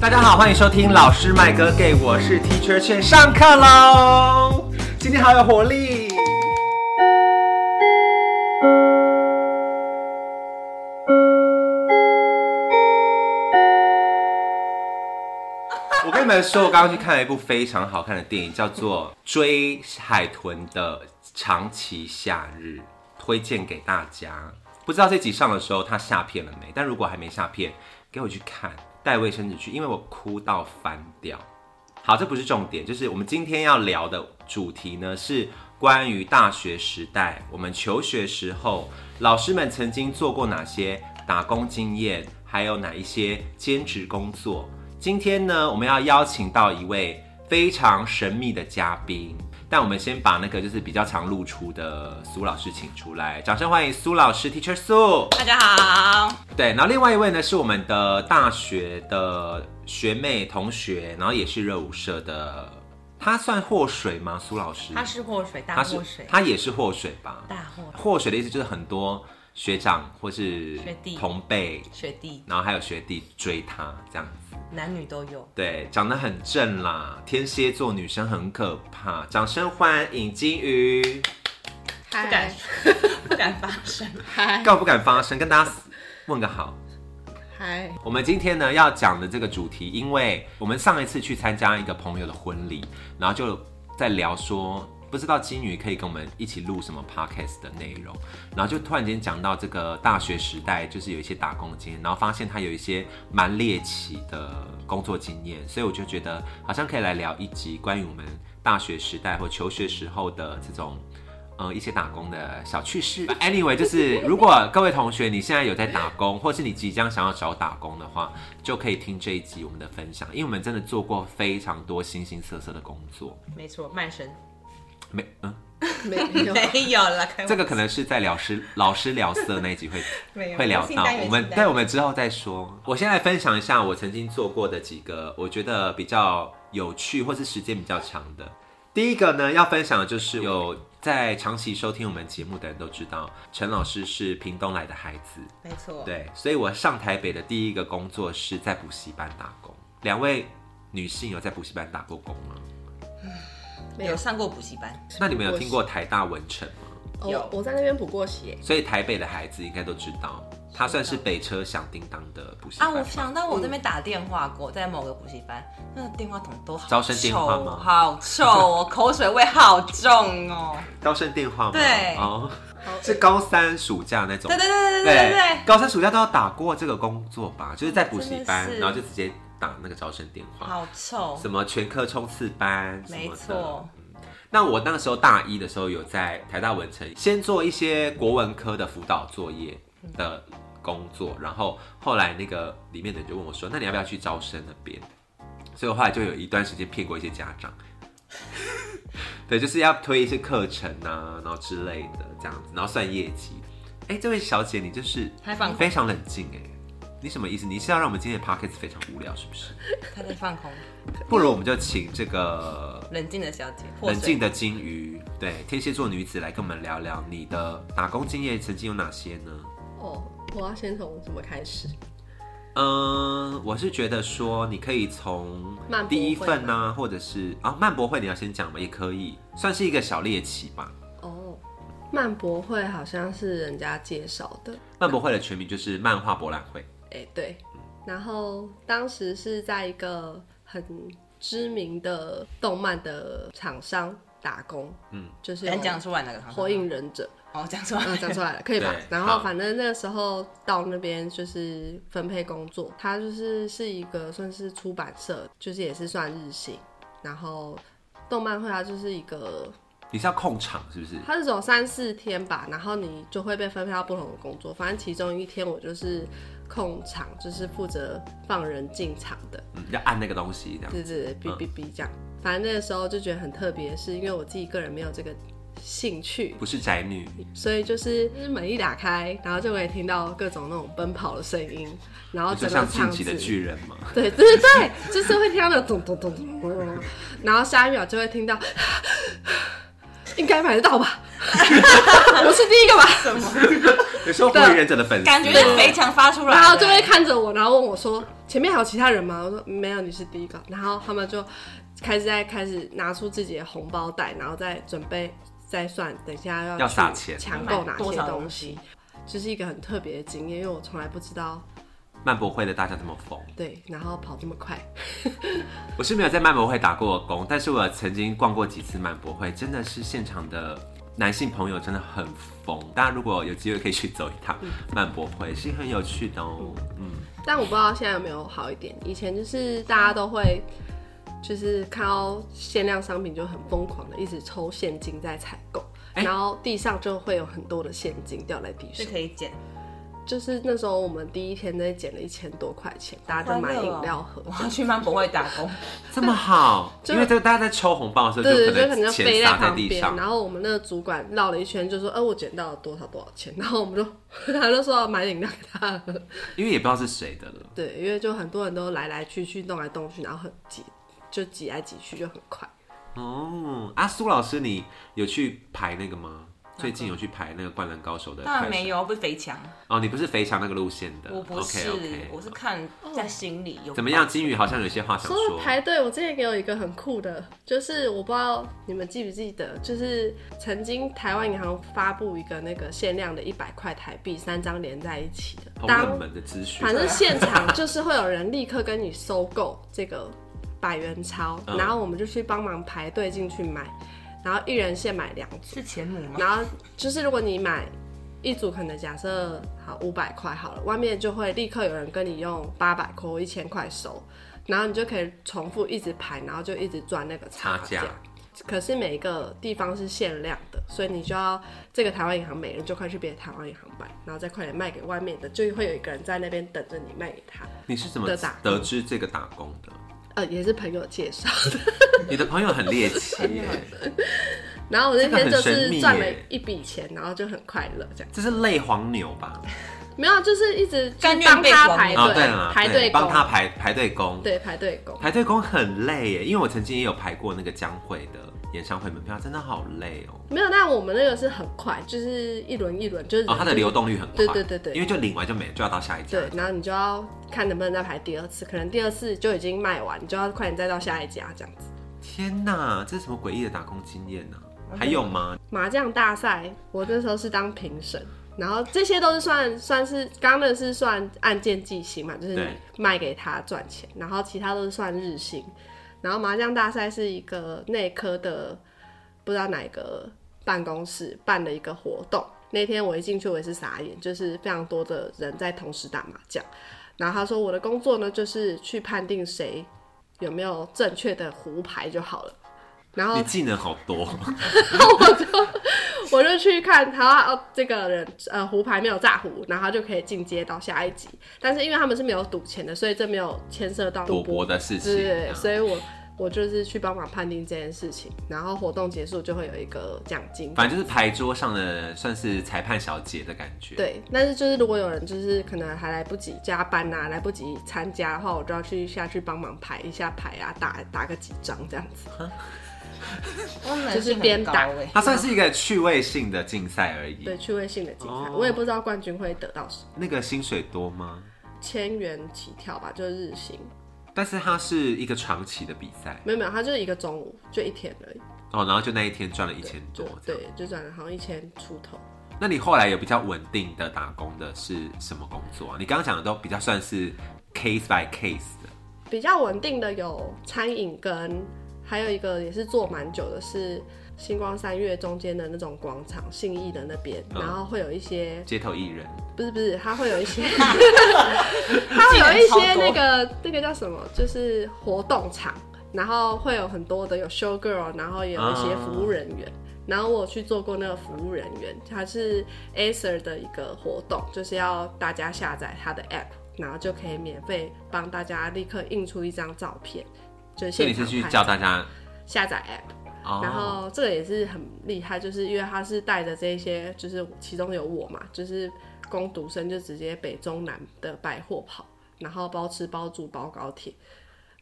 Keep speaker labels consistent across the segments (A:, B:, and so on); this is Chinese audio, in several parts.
A: 大家好，欢迎收听老师麦哥给，我是 Teacher 劝上课喽。今天好有活力。我跟你们说，我刚刚去看了一部非常好看的电影，叫做《追海豚的长期夏日》，推荐给大家。不知道这集上的时候它下片了没？但如果还没下片，给我去看，带卫生纸去，因为我哭到翻掉。好，这不是重点，就是我们今天要聊的主题呢，是关于大学时代，我们求学时候，老师们曾经做过哪些打工经验，还有哪一些兼职工作。今天呢，我们要邀请到一位非常神秘的嘉宾，但我们先把那个就是比较常露出的苏老师请出来，掌声欢迎苏老师，Teacher 苏。
B: 大家好，
A: 对，然后另外一位呢是我们的大学的学妹同学，然后也是热舞社的，她算祸水吗？苏老师，
B: 他是祸水，大
A: 她是
B: 祸水，
A: 她也是祸水吧？
B: 大祸水
A: 祸水的意思就是很多学长或是
B: 学弟
A: 同辈，
B: 学弟，
A: 然后还有学弟追她这样子。
B: 男女都有。
A: 对，长得很正啦，天蝎座女生很可怕。掌声欢迎金鱼，
B: 不敢，不敢 发声。
C: 嗨
A: 告不敢发声，跟大家问个好。
C: 嗨，
A: 我们今天呢要讲的这个主题，因为我们上一次去参加一个朋友的婚礼，然后就在聊说，不知道金鱼可以跟我们一起录什么 podcast 的内容，然后就突然间讲到这个大学时代，就是有一些打工经验，然后发现他有一些蛮猎奇的工作经验，所以我就觉得好像可以来聊一集关于我们大学时代或求学时候的这种。呃，一些打工的小趣事。Anyway，就是如果各位同学你现在有在打工，或是你即将想要找打工的话，就可以听这一集我们的分享，因为我们真的做过非常多形形色色的工作。
B: 没错，卖身
A: 没，嗯，
C: 没 有
B: 没有了，开玩
A: 这个可能是在聊师老师聊色那一集会
B: 没有
A: 会聊
B: 新
A: 到
B: 单，元
A: 我们
B: 新单
A: 对
B: 元
A: 我们之后再说。我先来分享一下我曾经做过的几个我觉得比较有趣或是时间比较长的。第一个呢，要分享的就是有在长期收听我们节目的人都知道，陈老师是屏东来的孩子，
B: 没错，
A: 对，所以我上台北的第一个工作是在补习班打工。两位女性有在补习班打过工吗？
C: 没
B: 有
C: 有。
B: 上过补习班，
A: 那你们有听过台大文成吗？
C: 我我在那边补过习，
A: 所以台北的孩子应该都知道，它算是北车响叮当的补习
B: 啊，
A: 班吧。
B: 我想到我这边打电话过，在某个补习班，那个电话筒都好
A: 招生电话
B: 臭
A: 吗
B: 好臭 哦，口水味好重哦。
A: 招生电话吗？
B: 对
A: 哦，是高三暑假那种。
B: 对对对对对对对，
A: 高三暑假都要打过这个工作吧，就是在补习班
B: 真的，是
A: 然后就直接打那个招生电话，
B: 好臭，
A: 什么全科冲刺班，什么的嗯
B: 哦没错。
A: 那我那时候大一的时候有在台大文成先做一些国文科的辅导作业的工作，然后后来那个里面的人就问我说：“那你要不要去招生那边？”所以我后来就有一段时间骗过一些家长， 对，就是要推一些课程啊，然后之类的这样子，然后算业绩。哎、这位小姐，你就是
B: 还放空
A: 你非常冷静哎、你什么意思？你是要让我们今天的 p o c k e t 非常无聊是不是？
B: 他在放空，
A: 不如我们就请这个
B: 冷静的小姐，
A: 冷静
B: 的，
A: 的金鱼，对天蝎座女子来跟我们聊聊你的打工经验曾经有哪些呢？
C: 哦，我要先从什么开始？
A: 嗯，我是觉得说你可以从
C: 漫博会吗
A: 第一份呢、或者是啊漫博会你要先讲嘛，也可以算是一个小猎奇吧。
C: 哦，漫博会好像是人家介绍的，
A: 漫博会的全名就是漫画博览会，
C: 哎、对。然后当时是在一个很知名的动漫的厂商打工，嗯，就是有
B: 咱讲出来哪个？
C: 火，影忍者，
B: 好讲出来，
C: 嗯，讲出来了，可以吧
A: 哦对？
C: 然后
A: 好
C: 反正那个时候到那边就是分配工作，他就是是一个算是出版社，就是也是算日系。然后动漫会它就是一个，
A: 你是要控场是不是？
C: 它是走三四天吧，然后你就会被分配到不同的工作。反正其中一天我就是控场，就是负责放人进场的，
A: 嗯，要按那个东西这样。
C: 对对对，哔哔哔这样。反正那个时候就觉得很特别，是因为我自己个人没有这个兴趣，
A: 不是宅女，
C: 所以就是门一打开，然后就可以听到各种那种奔跑的声音，然后
A: 就
C: 整
A: 像
C: 个
A: 近
C: 场
A: 期
C: 子，
A: 的巨人嘛。
C: 对对对对，就是会听到那种咚咚咚咚咚咚，然后下一秒就会听到， 应该买得到吧？我是第一个吧？
B: 什么？
A: 有时候火影忍者的粉丝啊
B: 感觉是肥肠发出来的，
C: 然后就会看着我，然后问我说：“前面还有其他人吗？”我说：“没有，你是第一个。”然后他们就开始在开始拿出自己的红包袋，然后再准备再算，等一下要
A: 要
C: 去
A: 撒钱
C: 抢
B: 买
C: 购哪
B: 多
C: 些
B: 少
C: 东
B: 东
C: 西
B: 西，，
C: 就是一个很特别的经验，因为我从来不知道
A: 漫博会的大象这么疯。
C: 对，然后跑这么快，
A: 我是没有在漫博会打过工，但是我曾经逛过几次漫博会，真的是现场的男性朋友真的很疯。大家如果有机会可以去走一
C: 嗯
A: 趟漫博会，是很有趣的哦。嗯，
C: 但我不知道现在有没有好一点。以前就是大家都会。就是看到限量商品就很疯狂的一直抽现金在采购，
A: 哎
C: 然后地上就会有很多的现金掉在地上
B: 是。可以捡。
C: 就是那时候我们第一天在捡了一千多块钱，大家就买饮料喝，
B: 我要去漫博会打工，
A: 这么好，
C: 就
A: 因为这个大家在抽红包的时候，
C: 对对，就
A: 就
C: 可
A: 可
C: 能
A: 能
C: 就飞
A: 钱
C: 在
A: 撒在
C: 旁
A: 地
C: 边。
A: 上。
C: 然后我们那个主管绕了一圈，就说：“呃，我捡到了多少多少钱。”然后我们就 他就说要买饮料给他喝。
A: 因为也不知道是谁的了。
C: 对，因为就很多人都来来去去，动来动去，然后很挤，就挤来挤去就很快。
A: 哦，阿苏老师，你有去排那个吗？最近有去排那个《灌篮高手》的？
B: 当然没。有，不是肥肠，
A: 哦，你不是肥肠那个路线的。
B: 我不是
A: o k o
B: 我
A: k
B: 是看在心里有
A: 怎么样？金宇好像有些话想
C: 说
A: 说
C: 到。排队，我之前也有一个很酷的，就是我不知道你们记不记得，就是曾经台湾银行发布一个那个限量的一百块台币三张连在一起的，
A: 好
C: 当
A: 冷门的资讯。啊
C: 反正现场就是会有人立刻跟你收购这个百元钞，
A: 嗯
C: 然后我们就去帮忙排队进去买，然后一人限买两组，
B: 是前母吗？
C: 然后就是如果你买一组，可能假设好五百块好了，外面就会立刻有人跟你用八百块或一千块收，然后你就可以重复一直排，然后就一直赚那个
A: 差
C: 差
A: 价
C: 价。可是每一个地方是限量的，所以你就要这个台湾银行每人就快去别的台湾银行买，然后再快点卖给外面的，就会有一个人在那边等着你卖给他。
A: 你是怎么
C: 的打工
A: 得知这个打工的？
C: 呃，也是朋友介绍，
A: 你的朋友很猎奇耶，
C: 然后我那天就
A: 这个很神秘
C: 是
A: 耶
C: 赚了一笔钱，然后就很快乐这样。
A: 这是类黄牛吧？
C: 没有啊，就是一直去
B: 甘愿
C: 帮
B: 被
C: 他
B: 广
C: 排
A: 哦，对
C: 队，
A: 了，
C: 哎排队
A: 对帮
C: 工
A: 他排排队工。
C: 对排队工。
A: 排队工很累耶，因为我曾经也有排过那个江蕙的演唱会门票，真的好累哦。
C: 没有，但我们那个是很快，就是一轮一轮，就是
A: 哦，它的流动率很快，
C: 对对对对
A: 因为就领完就没了，就要到下一家
C: 对。，然后你就要看能不能再排第二次，可能第二次就已经卖完，你就要快点再到下一家这样子。
A: 天哪，这是什么诡异的打工经验呢、
C: 嗯
A: 还有吗？
C: 麻将大赛，我那时候是当评审，然后这些都是算算是刚刚那是算按件计薪嘛，就是
A: 对
C: 你卖给他赚钱，然后其他都是算日薪。然后麻将大赛是一个内科的不知道哪个办公室办的一个活动。那天我一进去，我也是傻眼，就是非常多的人在同时打麻将。然后他说我的工作呢，就是去判定谁有没有正确的胡牌就好了。然后
A: 你技能好 多，
C: 我就去看他哦，这个人呃胡牌没有炸胡，然后他就可以进阶到下一级。但是因为他们是没有赌钱的，所以这没有牵涉到
A: 赌博的事情。啊
C: 对，
A: 以
C: 所以我我就是去帮忙判定这件事情。然后活动结束就会有一个奖金。
A: 反正就是牌桌上的算是裁判小姐的感觉。
C: 对，但是就是如果有人就是可能还来不及加班呐、来不及参加的话，我就要去下去帮忙排一下牌啊，打打个几张这样子。
B: 功能
C: 就是
B: 性
C: 边
B: 很
C: 打
B: 高哎，
A: 它算是一个趣味性的竞赛而已。
C: 对，趣味性的竞赛，
A: 哦
C: 我也不知道冠军会得到什么，
A: 那个薪水多吗？
C: 千元起跳吧，就是日薪。
A: 但是它是一个长期的比赛
C: 没有没有，他就是一个中午，就一天而已。
A: 哦，然后就那一天赚了一千多
C: 就
A: 哦这样。
C: 对，就转了好像一千出头。
A: 那你后来有比较稳定的打工的是什么工作啊？你刚刚讲的都比较算是 case by case 的，
C: 比较稳定的有餐饮跟，还有一个也是做蛮久的是星光三月中间的那种广场信义的那边，
A: 嗯
C: 然后会有一些
A: 街头艺人
C: 不是不是，它会有一些，它 会有一些那个那个叫什么，就是活动场，然后会有很多的有 show girl，然后也有一些服务人员。然后我去做过那个服务人员，它是 Acer 的一个活动，就是要大家下载它的 app，然后就可以免费帮大家立刻印出一张照片，就是
A: 所以
C: 现
A: 你
C: 场
A: 是去
C: 拍
A: 教大家
C: 下载 app。然
A: 哦，
C: 后这个也是很厉害，就是因为他是带着这些，就是其中有我嘛，就是攻读生就直接北中南的百货跑，然后包吃包住包高铁，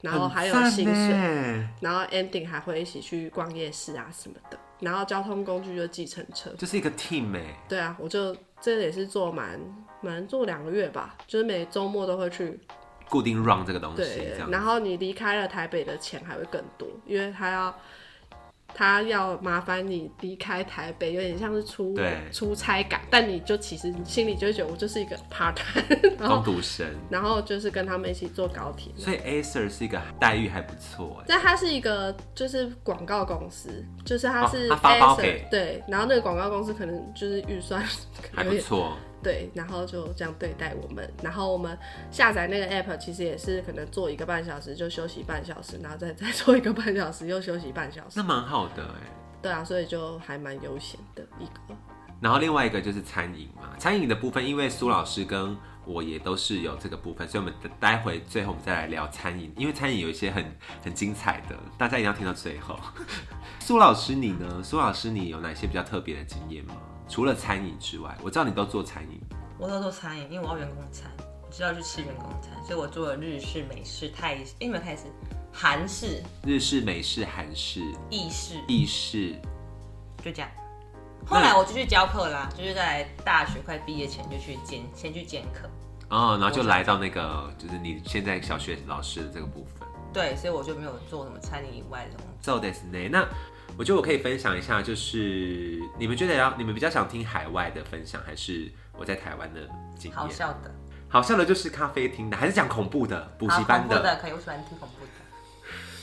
C: 然后还有薪水，
A: 水。欸
C: 然后 ending 还会一起去逛夜市啊什么的。然后交通工具就计程车。
A: 就是一个 team 哎、
C: 对啊，我就这也是做蛮蛮做两个月吧，就是每周末都会去。
A: 固定 run 这个东西
C: 对
A: 这，样。
C: 然后你离开了台北的钱还会更多，因为他要他要麻烦你离开台北，有点像是出
A: 对
C: 出差感，但你就其实心里就会觉得我就是一个 part time，然后
A: 工读生，
C: 然后就是跟他们一起坐高铁。
A: 所以 Acer 是一个待遇还不错哎、
C: 但它是一个就是广告公司，就是它是
A: 哦它发包
C: Acer，
A: 给
C: 对，然后那个广告公司可能就是预算
A: 还
C: 有
A: 不
C: 点
A: 错。
C: 对，然后就这样对待我们。然后我们下载那个 app，其实也是可能做一个半小时就休息半小时，然后再再做一个半小时又休息半小时
A: 那。蛮好的哎。
C: 对啊，所以就还蛮悠闲的一个。
A: 然后另外一个就是餐饮嘛，餐饮的部分，因为苏老师跟我也都是有这个部分，所以我们待会最后我们再来聊餐饮，因为餐饮有一些很很精彩的，大家一定要听到最后。 苏老师你呢？苏老师你有哪些比较特别的经验吗？除了餐饮之外，我知道你都做餐饮，
B: 我都做餐饮，因为我要员工餐，我知道去吃员工餐，所以我做了日式、美式、泰式，因为泰式、韩式、
A: 日式、美式、韩式、
B: 意式，
A: 意式，
B: 就这样。后来我就去教课啦，就是在大学快毕业前就去兼，先去兼课。
A: 哦，然后就来到那个就是你现在小学老师的这个部分。
B: 对，所以我就没有做什么餐饮以外的东西。
A: So this 呢？那我觉得我可以分享一下，就是你们觉得要你们比较想听海外的分享，还是我在台湾的经验？
B: 好笑的，
A: 好笑的就是咖啡厅的，还是讲恐怖的补习
B: 好
A: 班
B: 恐怖的可以，我喜欢听恐怖的。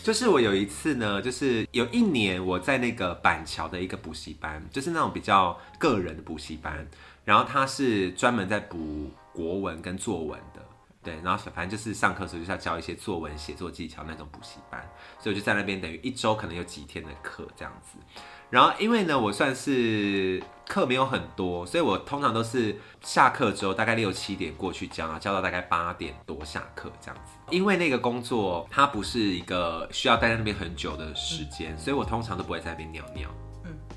A: 就是我有一次呢，就是有一年我在那个板桥的一个补习班，就是那种比较个人的补习班，然后他是专门在补国文跟作文的。对，然后反正就是上课的时候就是要教一些作文写作技巧那种补习班，所以我就在那边等于一周可能有几天的课这样子。然后因为呢，我算是课没有很多，所以我通常都是下课之后大概六七点过去教，然后教到大概八点多下课这样子。因为那个工作它不是一个需要待在那边很久的时间，所以我通常都不会在那边尿尿。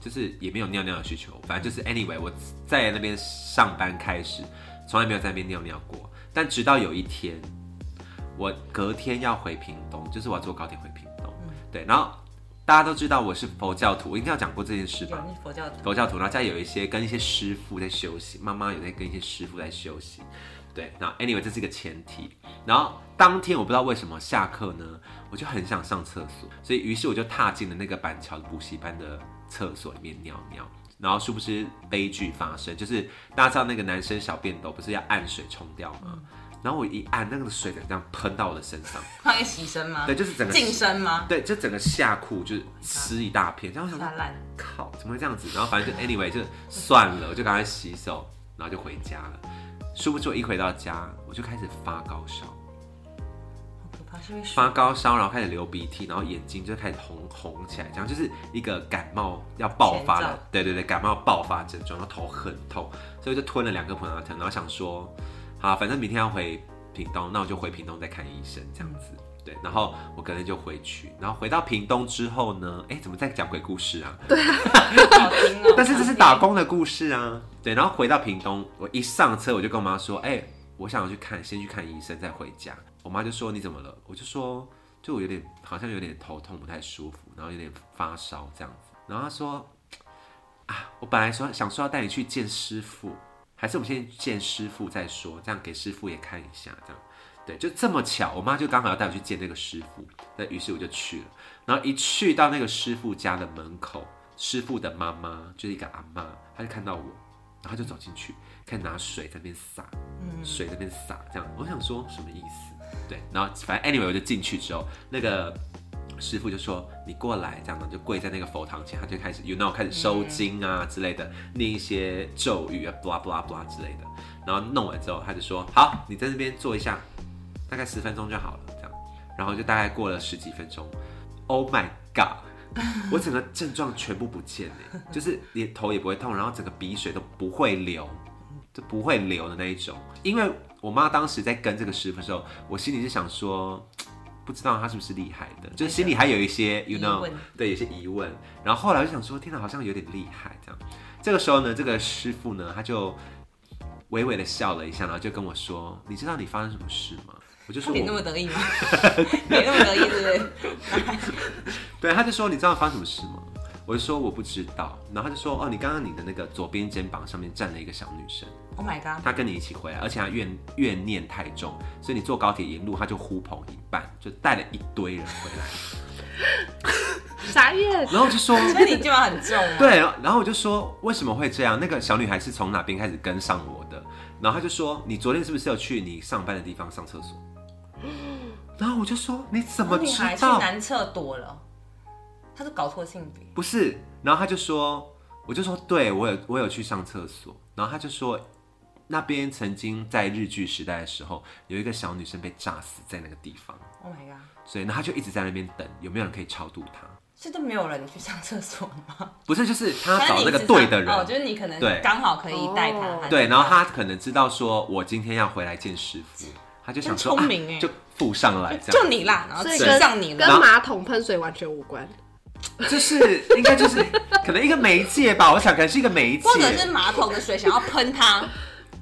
A: 就是也没有尿尿的需求，反正就是 anyway，我在那边上班开始，从来没有在那边尿尿过。但直到有一天，我隔天要回屏东，就是我要坐高铁回屏东，
B: 嗯
A: 对，然后大家都知道我是佛教徒，我应该有讲过这件事吧？
B: 有你佛教徒，
A: 佛教徒，然后再有一些跟一些师傅在修行，妈妈有在跟一些师傅在修行，对，然后 anyway 这是一个前提。然后当天我不知道为什么下课呢，我就很想上厕所，所以于是我就踏进了那个板桥的补习班的厕所里面尿尿。然后殊不知悲剧发生，就是大家知道那个男生小便斗不是要按水冲掉吗？然后我一按，那个水整个这样喷到我的身上，
B: 他会洗身吗
A: 对，？就是整个
B: 净身吗？
A: 对，就整个下裤就是湿一大片，然后我想说
B: 灿烂。
A: 靠，怎么会这样子？然后反正就 anyway 就算了，我就赶快洗手，然后就回家了。殊不知我一回到家，我就开始发高烧，
B: 好可怕，是因为水
A: 发高烧，然后开始流鼻涕，然后眼睛就开始红红起来，这样就是一个感冒要爆发
B: 前兆
A: 了。对对对，感冒爆发症状，然后头很痛，所以就吞了两颗葡萄糖，然后想说，好，反正明天要回屏东，那我就回屏东再看医生这样子。对，然后我隔天就回去，然后回到屏东之后呢，哎，怎么在讲鬼故事啊？
B: 好听 哦。
A: 但是这是打工的故事啊。对，然后回到屏东，我一上车我就跟我妈说：“哎、我想要去看，先去看医生，再回家。”我妈就说：“你怎么了？”我就说：“就我有点好像有点头痛，不太舒服，然后有点发烧这样子。”然后她说：“啊，我本来说想说要带你去见师傅，还是我们先去见师傅再说，这样给师傅也看一下，这样。”对，就这么巧，我妈就刚好要带我去见那个师傅，那于是我就去了。然后一去到那个师傅家的门口，师傅的妈妈就是一个阿妈，她就看到我，然后就走进去，开始拿水在那边洒，水在那边洒，这样我想说什么意思？对，然后反正 anyway 我就进去之后，那个师傅就说你过来，这样然后就跪在那个佛堂前，他就开始 you know 开始收经啊之类的，念一些咒语啊 blah blah blah 之类的，然后弄完之后他就说好，你在那边坐一下，大概十分钟就好了，这样，然后就大概过了十几分钟，Oh my god！我整个症状全部不见了，就是连头也不会痛，然后整个鼻水都不会流，就不会流的那一种。因为我妈当时在跟这个师傅的时候，我心里是想说，不知道他是不是厉害的，就是心里还有一些，you
B: 疑
A: know，
B: 问
A: 对，有些疑问。然后后来我就想说，天哪，好像有点厉害这样。这个时候呢，这个师傅呢，他就微微的笑了一下，然后就跟我说：“你知道你发生什么事吗？”我就说
B: 他脸那么
A: 我，
B: 得意 吗？脸那么得意，对不对？
A: 对，他就说：“你知道发生什么事吗？”我就说我不知道，然后他就说哦，你刚刚你的那个左边肩膀上面站了一个小女生，
B: Oh my god！
A: 她跟你一起回来，而且她怨怨念太重，所以你坐高铁沿路她就呼朋引伴，就带了一堆人回来，
C: 傻眼，
A: 然后我就说。
B: 所以你肩膀很重啊。
A: 对，然后我就说为什么会这样？那个小女孩是从哪边开始跟上我的？然后她就说你昨天是不是有去你上班的地方上厕所？ 然后我就说你啊怎么
B: 然后女
A: 知
B: 孩去
A: 道？
B: 男厕躲了，她是搞错性别。
A: 不是，然后他就说，我就说，对我有我有去上厕所，然后他就说，那边曾经在日剧时代的时候，有一个小女生被炸死在那个地方，
B: Oh my god！
A: 所以呢，他就一直在那边等，有没有人可以超度他？
B: 是都没有人去上厕所吗？
A: 不是，就是他
B: 还是
A: 找
B: 你
A: 那个
B: 知道
A: 对的人，
B: 哦，就是你可能
A: 对
B: 刚好可以带她
C: 哦。
B: 还是
A: 对，然后他可能知道说，我今天要回来见师傅，他就想说，
B: 很聪明
A: 啊
B: 哎
A: 就附上来这
B: 就
A: 样，
B: 你啦，然后
C: 所以
B: 骑
C: 跟
B: 上你
C: 跟
B: 了。
A: 然后
C: 马桶喷水完全无关。
A: 就是应该 就是可能一个媒介吧，我想可能是一个媒介
B: 或，者是马桶的水想要喷她，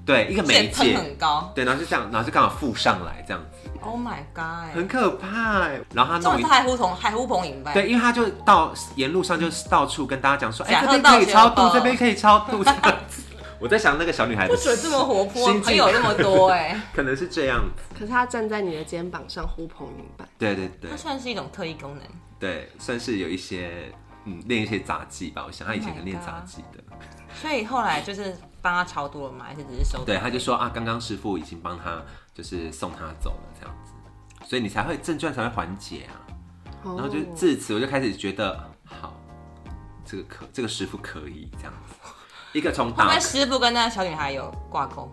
A: 对，一个 媒
B: 水喷
A: 介，
B: 很高。
A: 对，然后就这样，然后就刚好附上来这样子。
B: Oh my god！
A: 很可怕欸。然后他
B: 重
A: 弄
B: 点
A: 一
B: 是，还呼朋还呼朋引伴。
A: 对，因为他就到沿路上就是到处跟大家讲说，哎、
B: 假
A: 这
B: 贺
A: 边可以
B: 道
A: 超
B: 歉
A: 度，
B: 吧
A: 这边可以超度这样 子。我在想那个小女孩的
B: 不准这么活泼，
A: 心
B: 朋
A: 境
B: 友那么多 哎、
A: 可能是这样子。
C: 可是他站在你的肩膀上呼朋引伴，
A: 对对对
B: 它算是一种特异功能。
A: 对，算是有一些嗯练一些杂技吧。我想他以前可能练杂技的。
B: 所以后来就是帮他超度了嘛，还是只是收？
A: 对，他就说啊，刚刚师傅已经帮他就是送他走了这样子，所以你才会症状才会缓解啊。
C: 然
A: 然后就自此我就开始觉得好，这个可这个师傅可以这样子。一个从
B: 会不
A: 打
B: 会师傅跟那个小女孩有挂钩？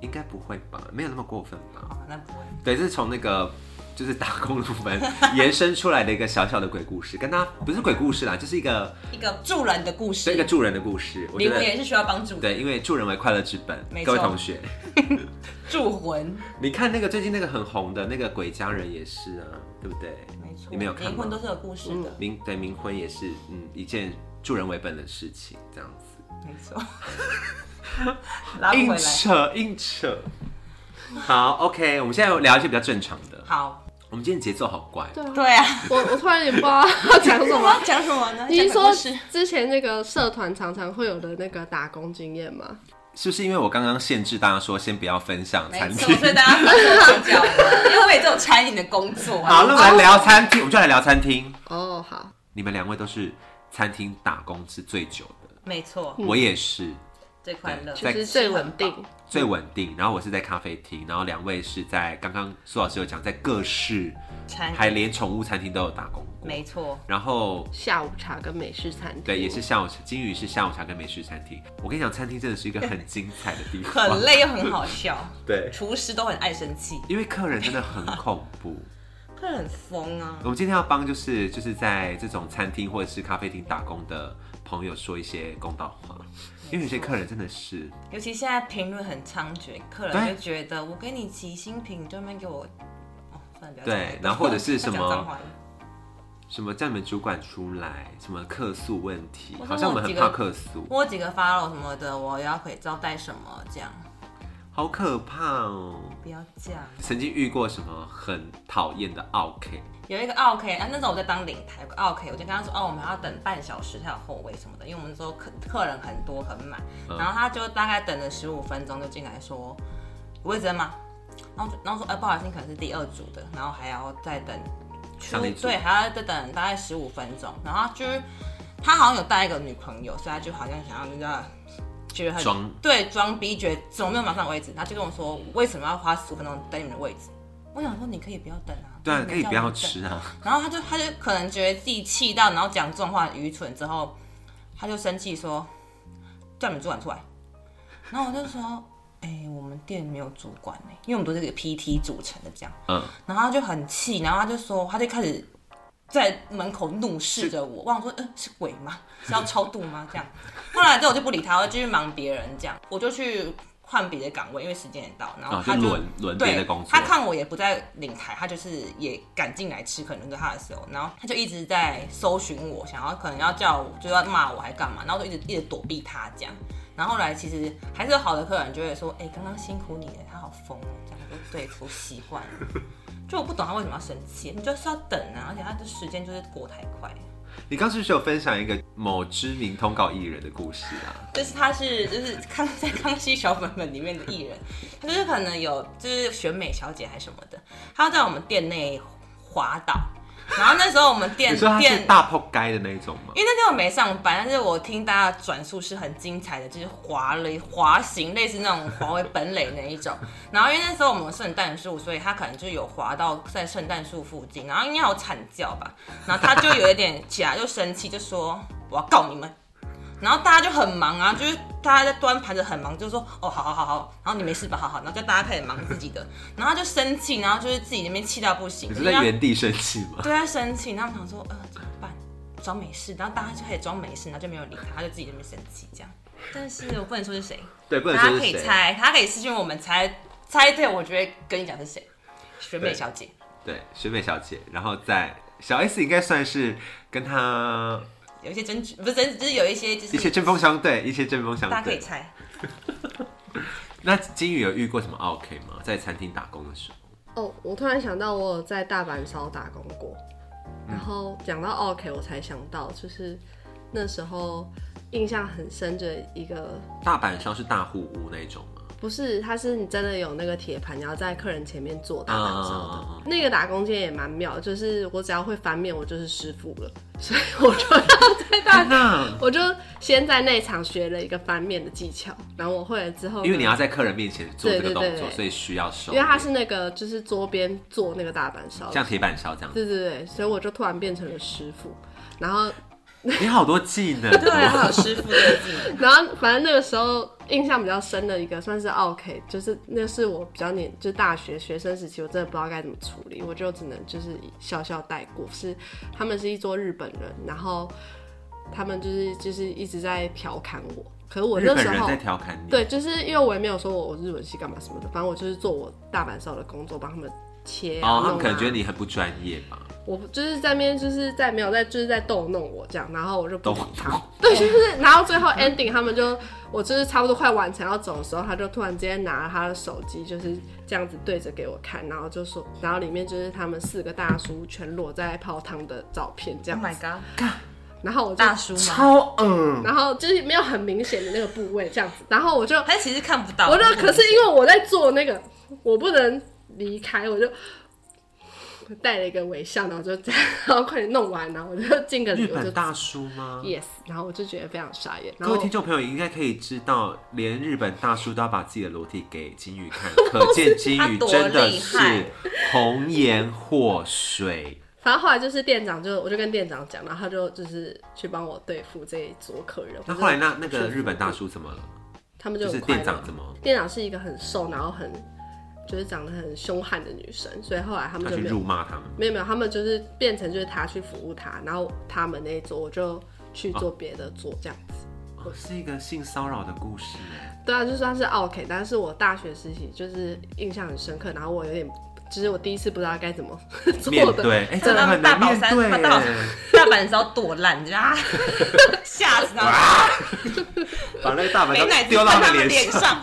A: 应该不会吧？没有那么过分吧？
B: 啊，那不会。
A: 对，这是从那个就是打工的部分 延伸出来的一个小小的鬼故事，跟他不是鬼故事啦，就是一个
B: 一个助人的故
A: 是
B: 事，
A: 一个助人的故事。我觉
B: 灵魂
A: 得
B: 也是需要帮助的，
A: 对，因为助人为快乐之本
B: 没。
A: 各位
B: 错
A: 同学，
B: 助魂，
A: 你看那个最近那个很红的那个《鬼家人》也是啊，对不对？
B: 没错，
A: 你没有看
B: 灵魂
A: 吗
B: 都？是有故事的，
A: 冥对冥婚也是，嗯，一件助人为本的事情，这样子。
B: 没 错。拉不回
A: 硬
B: 来。
A: 扯硬扯。好，OK，我们现在聊一些比较正常的。
B: 好，
A: 我们今天节奏好怪，
C: 对啊，
B: 对啊，
C: 我我突然也不知道要讲什
B: 我
C: 么。
B: 们讲什么呢？
C: 你是
B: 讲鬼
C: 说
B: 故事
C: 之前那个社团常常会有的那个打工经验吗？
A: 是不是因为我刚刚限制大家说先不要分享
B: 没
A: 餐
B: 错，
A: 厅？
B: 所以大家分手分脚了，因为我也只有餐饮的工作 啊。
A: 好，那我们来聊餐厅，我们就来聊餐厅。
C: 哦，好，
A: 你们两位都是餐厅打工是最久的，
B: 没错，
A: 我也是
B: 最快乐，
A: 对
C: 就是最稳定，
A: 最稳定。然后我是在咖啡厅，然后两位是在刚刚苏老师有讲，在各式
B: 餐饮
A: 还连宠物餐厅都有打工过。
B: 没错，
A: 然后
C: 下午茶跟美式餐厅，
A: 对，也是下午茶，金鱼是下午茶跟美式餐厅。我跟你讲，餐厅真的是一个很精彩的地方，
B: 很。累又很好笑，
A: 对，
B: 厨师都很爱生气，
A: 因为客人真的很恐怖。
B: 客人很疯啊。
A: 我们今天要帮就是就是在这种餐厅或者是咖啡厅打工的朋友说一些公道话，因为有些客人真的是
B: 尤其现在评论很猖獗，客人
A: 对
B: 就觉得我给你起新品，你就那边给我，哦，算了，不要讲
A: 对
B: 了
A: 然后或者是什么
B: 不要 讲脏话了
A: 什么叫你们主管出来，什么客诉问题，
B: 我说
A: 好像我们很
B: 我几
A: 怕
B: 个
A: 客诉，
B: 我有几个 follow 什么的，我要可以招待什么这样，
A: 好可怕哦。
B: 不要这样。
A: 曾经遇过什么很讨厌的 OK，
B: 有一个 OK 啊，那时候我在当领台，有个 OK，我就跟他说，哦，我们要等半小时才有后位什么的，因为我们说客客人很多很满，
A: 嗯
B: 然后他就大概等了十五分钟就进来说，有位置了吗？然后就然后说，哎、不好意思，你可能是第二组的，然后还要再等出
A: 上一组
B: 对，还要再等大概十五分钟，然后就是他好像有带一个女朋友，所以他就好像想要那个。觉得很
A: 装
B: 对装逼，觉得怎么没有马上位置，他就跟我说为什么要花十五分钟等你们的位置？我想说你可以不要等啊，
A: 对啊，
B: 你
A: 可以
B: 叫
A: 不
B: 我
A: 要
B: 等
A: 吃啊，
B: 然后他就他就可能觉得自己气到，然后讲这种话很愚蠢之后，他就生气说：“叫你们主管出来。”然后我就说：“哎、我们店没有主管呢、因为我们都是这个 PT 组成的这样。
A: 嗯，”
B: 然后他就很气，然后他就说，他就开始在门口怒视着我，我想说：“嗯、是鬼 吗？是要超度吗？”这样。后来之后我就不理他，我就继续忙别人这样，我就去换别的岗位，因为时间也到，然后
A: 啊，就
B: 他就
A: 轮轮
B: 对，
A: 别的工作
B: 他，看我也不在领台，他就是也赶进来吃可能跟他的时候，然后他就一直在搜寻我，想要可能要叫我，就要骂我还干嘛，然后就一直一直躲避他这样。然后后来其实还是有好的客人就会说，哎、刚刚辛苦你了，他好疯哦，这样我说对，我习惯了。就我不懂他为什么要生气，你就是要等啊，而且他的时间就是过太快。
A: 你刚是不是有分享一个某知名通告艺人的故事啊？
B: 就是他是就是康在《康熙小本本》里面的艺人，他就是可能有就是选美小姐还是什么的，他在我们店内滑倒，然后那时候我们店
A: 你说他是
B: 店。
A: 大破街的那一种吗？
B: 因为那天我没上班，但是我听大家转述是很精彩的，就是滑了滑行，类似那种滑回本垒那一种。 然后因为那时候我们有圣诞树，所以他可能就有滑到在圣诞树附近，然后应该有惨叫吧，然后他就有一点起来就生气，就说我要告你们。然后大家就很忙啊，就是大家在端盘子很忙，就说哦，好好好好，然后你没事吧，好好，然后就大家开始忙自己的，然后他就生气，然后就是自己那边气到不行，
A: 你是
B: 因为他
A: 在原地生气吗？
B: 对他生气，然后我想说，呃，怎么办？装没事，然后大家就开始装没事，然后就没有理他，他就自己在那边生气这样。但是我不能说是谁，
A: 对，不能
B: 大家
A: 说
B: 可
A: 是
B: 以
A: 谁。
B: 猜，他可以私信我们猜猜对，我觉得跟你讲是谁，学妹小姐
A: 对，学妹小姐，然后在小 S 应该算是跟她
B: 有一些争执，不是争执，就是有一些就
A: 一些
B: 是
A: 针锋相对，一些针锋相
B: 大家可以
A: 对。
B: 猜，
A: 那金宇有遇过什么 OK 吗？在餐厅打工的时候，
C: 哦，我突然想到，我有在大阪烧打工过，
A: 嗯
C: 然后讲到 OK，我才想到，就是那时候印象很深的一个，
A: 大阪烧是大户屋那一种吗？
C: 不是，它是你真的有那个铁盘，你要在客人前面做大阪烧的。
A: 嗯嗯嗯
C: 那个打工间也蛮妙，就是我只要会翻面，我就是师傅了，所以我就要在大
A: 天哪！
C: 我就先在内场学了一个翻面的技巧，然后我会了之后呢，
A: 因为你要在客人面前做这个动
C: 对对
A: 作，
C: 对对
A: 所以需要手
C: 因
A: 力，
C: 为它是那个就是桌边做那个大阪烧，
A: 像铁板烧这样子。
C: 对对对，所以我就突然变成了师傅，然后
A: 你好多技能
B: 对，
A: 哦，
C: 啊
B: 还有师傅的字，
C: 然后反正那个时候印象比较深的一个算是 OK，就是那是我比较年就是大学学生时期，我真的不知道该怎么处理，我就只能就是笑笑带过。是他们是一桌日本人，然后他们就是就是一直在调侃我，可是我
A: 日
C: 那
A: 本
C: 时
A: 人
C: 候
A: 在调侃你。
C: 对，就是因为我也没有说我我日文系干嘛什么的，反正我就是做我大阪烧的工作，帮他们切啊、
A: 哦，他
C: 弄
A: 们可能
C: 啊
A: 觉得你很不专业吧？
C: 我就是在那边就是在没有在就是在逗弄我这样，然后我就不理
A: 逗
C: 他。 对，就是然后最后 ending 他们就我就是差不多快完成要走的时候，他就突然之间拿了他的手机就是这样子对着给我看，然后就说，然后里面就是他们四个大叔全裸在泡汤的照片这
B: Oh
C: 样
A: 嗯
B: my god，
C: 然后我就
B: 大叔吗？
A: 超嗯，
C: 然后就是没有很明显的那个部位这样子，然后我就
B: 他其实看不到，
C: 我就可是因为我在做那个，我不能离开，我就带了一个微笑，然后就这样，然后快点弄完，然后我就进个
A: 日
C: 礼，我就
A: 本大叔吗？
C: yes，然后我就觉得非常傻眼，
A: 各
C: 然后
A: 位听众朋友应该可以知道，连日本大叔都要把自己的裸体给金鱼看，可见金鱼真的是
B: 他多厉
A: 红颜祸水。
C: 反正后来就是店长就我就跟店长讲，然后他就就是去帮我对付这一桌客人。
A: 那后来那那
C: 我
A: 个
C: 就
A: 日本大叔怎么了？
C: 他们就
A: 就
C: 很
A: 是
C: 快乐
A: 店长怎么？
C: 店长是一个很瘦，然后很就是长得很凶悍的女生，所以后来他们
A: 他
C: 就
A: 去
C: 没有
A: 辱骂他们，
C: 没有没有，他们就是变成就是他去服务他，然后他们那一桌我就去做别的桌这样子。
A: 哦是一个性骚扰的故事哎。
C: 对啊，就算是 OK，但是我大学时期就是印象很深刻，然后我有点，就是我第一次不知道该怎么 做
A: 面
C: 的。
A: 对，哎，真的很难
B: 大宝
A: 面
B: 山
A: 对
B: 大宝
A: 哎。
B: 大阪烧剁烂，你知道吗 吓死他，
A: 把那个大
B: 美奶
A: 门
B: 滋
A: 丢到
B: 喷
A: 他
B: 他
A: 的脸
B: 们脸
A: 上，
B: 上，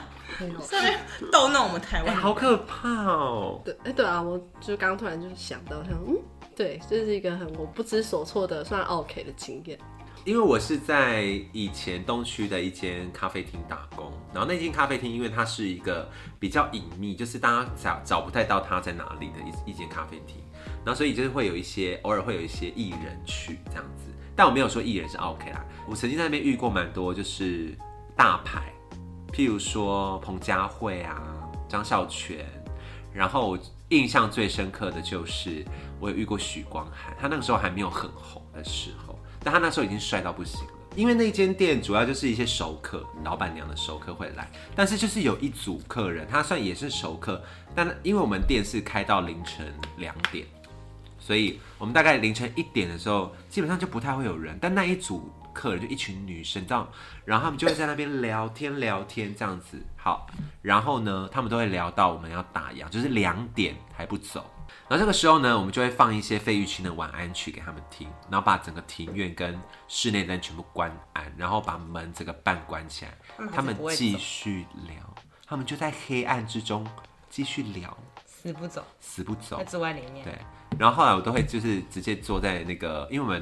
B: 上 面逗弄我们台
A: 哎、
B: 湾人。
A: 好可怕哦！
C: 对，哎，对啊，我就刚突然就想到，我想嗯，对，这是一个很我不知所措的算 OK 的经验。
A: 因为我是在以前东区的一间咖啡厅打工，然后那间咖啡厅因为它是一个比较隐秘，就是大家找找不太到它在哪里的一一间咖啡厅，然后所以就是会有一些偶尔会有一些艺人去这样子，但我没有说艺人是 OK 啦，我曾经在那边遇过蛮多就是大牌，譬如说彭佳慧啊、张孝全，然后我印象最深刻的就是我有遇过许光汉，他那个时候还没有很红的时候，但他那时候已经帅到不行了。因为那间店主要就是一些熟客，老板娘的熟客会来，但是就是有一组客人，他算也是熟客，但因为我们店是开到凌晨两点，所以我们大概凌晨一点的时候，基本上就不太会有人。但那一组客人就一群女生，这样，然后他们就会在那边聊天聊天这样子。好，然后呢，他们都会聊到我们要打烊，就是两点还不走。然后这个时候呢，我们就会放一些费玉清的晚安曲给他们听，然后把整个庭院跟室内灯全部关暗，然后把门整个半关起来
B: 他们还。是
A: 他们
B: 不会
A: 继
B: 走
A: 续聊，他们就在黑暗之中继续聊，
B: 死不走，
A: 死不走
B: 在。之外里面。
A: 对，然后后来我都会就是直接坐在那个，因为我们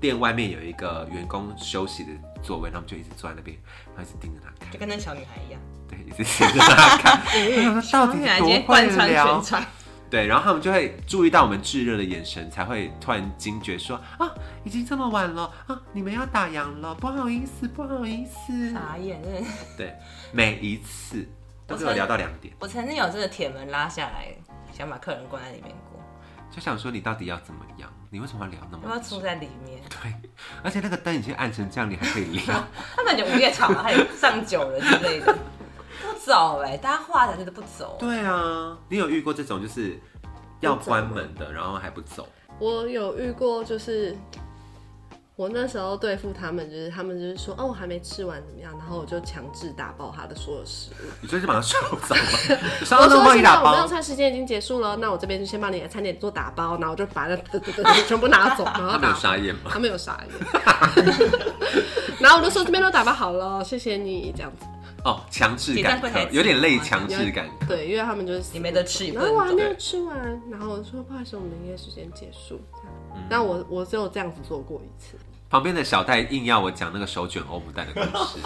A: 店外面有一个员工休息的座位，然后我们就一直坐在那边，然后一直盯着他看，
B: 就跟那小女孩一样，
A: 对，一直盯着他 看，我想说嗯到
B: 小
A: 底
B: 女孩今
A: 多
B: 天贯
A: 会
B: 穿全
A: 聊？
B: 场。
A: 对，然后他们就会注意到我们炙热的眼神，才会突然惊觉说啊，已经这么晚了啊，你们要打烊了，不好意思，不好意 思。
B: 傻眼，真的是。
A: 对，每一次都是有聊到两点，
B: 我曾经有这个铁门拉下来，想把客人关在里面过，
A: 就想说你到底要怎么样？你为什么要聊那
B: 要不要
A: 么
B: 住
A: 久？
B: 在里面？
A: 对，而且那个灯已经暗成这样，你还可以聊。
B: 他感觉午夜场嘛，还有上酒了之类的，不走哎、大家话才觉得不走。
A: 对啊，你有遇过这种就是要关门的，然后还不 走？
C: 我有遇过，就是我那时候对付他们，就是他们就是说，哦，我还没吃完怎么样，然后我就强制打包他的所有食物。
A: 你就是把它收走吗？ 你说
C: 我
A: 那
C: 说
A: 我帮你
C: 现在
A: 打
C: 我们用
A: 包，
C: 餐时间已经结束了，那我这边就先帮你的餐点做打包，然后我就把那 全部拿走，然后
A: 他没
C: 打
A: 有傻眼吗？
C: 他没有傻眼， 然后我就说这边都打包好了，谢谢你这样子。
A: 哦，强制感
B: 结账柜台
A: 有点类强制感。
C: 对，因为他们就是
B: 你没得吃，也不
C: 然后我还
B: 能走
C: 没。有吃完，然后我说不好意思，我们营业时间结束。
B: 嗯
C: 这样但我我只有这样子做过一次，
A: 旁边的小戴硬要我讲那个手卷欧姆蛋的故 事，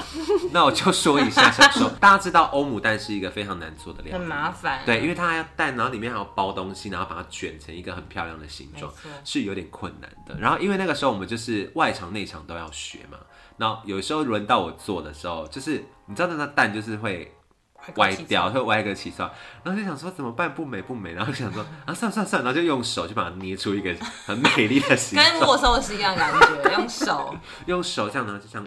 A: 那我就说一下小手。大家知道欧姆蛋是一个非常难做的料
B: 很
A: 理，
B: 麻烦，
A: 对，因为它还要蛋，然后里面还要包东西，然后把它卷成一个很漂亮的形状
B: 没错，
A: 是有点困难的。然后因为那个时候我们就是外场内场都要学嘛，那有时候轮到我做的时候，就是你知道那个蛋就是会歪掉，会歪个起算，然后就想说怎么办不美不美，然后就想 说啊算了算了算了，然后就用手就把它捏出一个很美丽的形
B: 跟
A: 状，
B: 握寿司一样的感觉，用手
A: 用手这样呢就像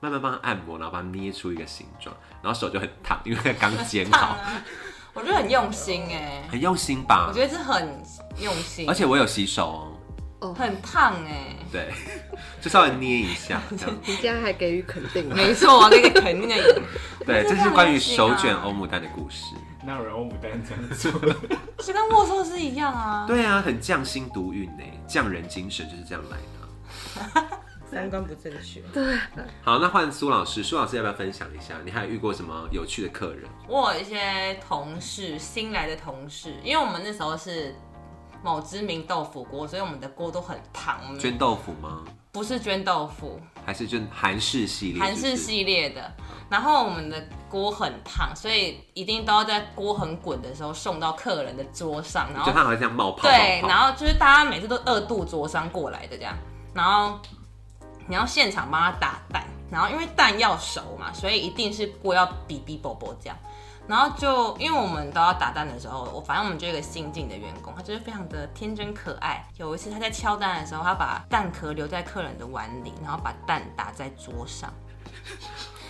A: 慢慢帮它按摩，然后把它捏出一个形状，然后手就很烫，因为它刚煎
B: 烫
A: 好，
B: 啊。 我觉得很用心哎、
A: 很用心吧
B: 我。觉得这很用心
A: 而，且我有洗手哦，
B: 很烫哎、
A: 对， 就稍微捏一下这样。
C: 你竟然还给予肯定
B: 没错，那个肯定的。
A: 对，
B: 这
A: 这
B: 样
A: 是关于
B: 很行
A: 手
B: 啊
A: 卷欧姆蛋的故事。
D: 那有人欧姆蛋这样做，
B: 就跟握寿司一样啊。
A: 对啊，很匠心独运呢，匠人精神就是这样来的。
B: 三观不正确。
A: 好，那换苏老师，苏老师要不要分享一下？你还有遇过什么有趣的客人？
B: 我有一些同事，新来的同事，因为我们那时候是某知名豆腐锅，所以我们的锅都很烫。我们
A: 捐豆腐吗？
B: 不是捐豆腐，
A: 还是就韩式系列？
B: 韩式
A: 就是
B: 系列的。然后我们的锅很烫，所以一定都要在锅很滚的时候送到客人的桌上，然
A: 就
B: 后
A: 它好像这样冒泡。
B: 对，
A: 冒泡
B: 然后就是大家每次都二度灼伤过来的这样，然后你要现场帮他打蛋，然后因为蛋要熟嘛，所以一定是锅要比比啵啵这样。然后就因为我们都要打蛋的时候，我反正我们就有一个新进的员工，他就是非常的天真可爱。有一次他在敲蛋的时候，他把蛋壳留在客人的碗里，然后把蛋打在桌上，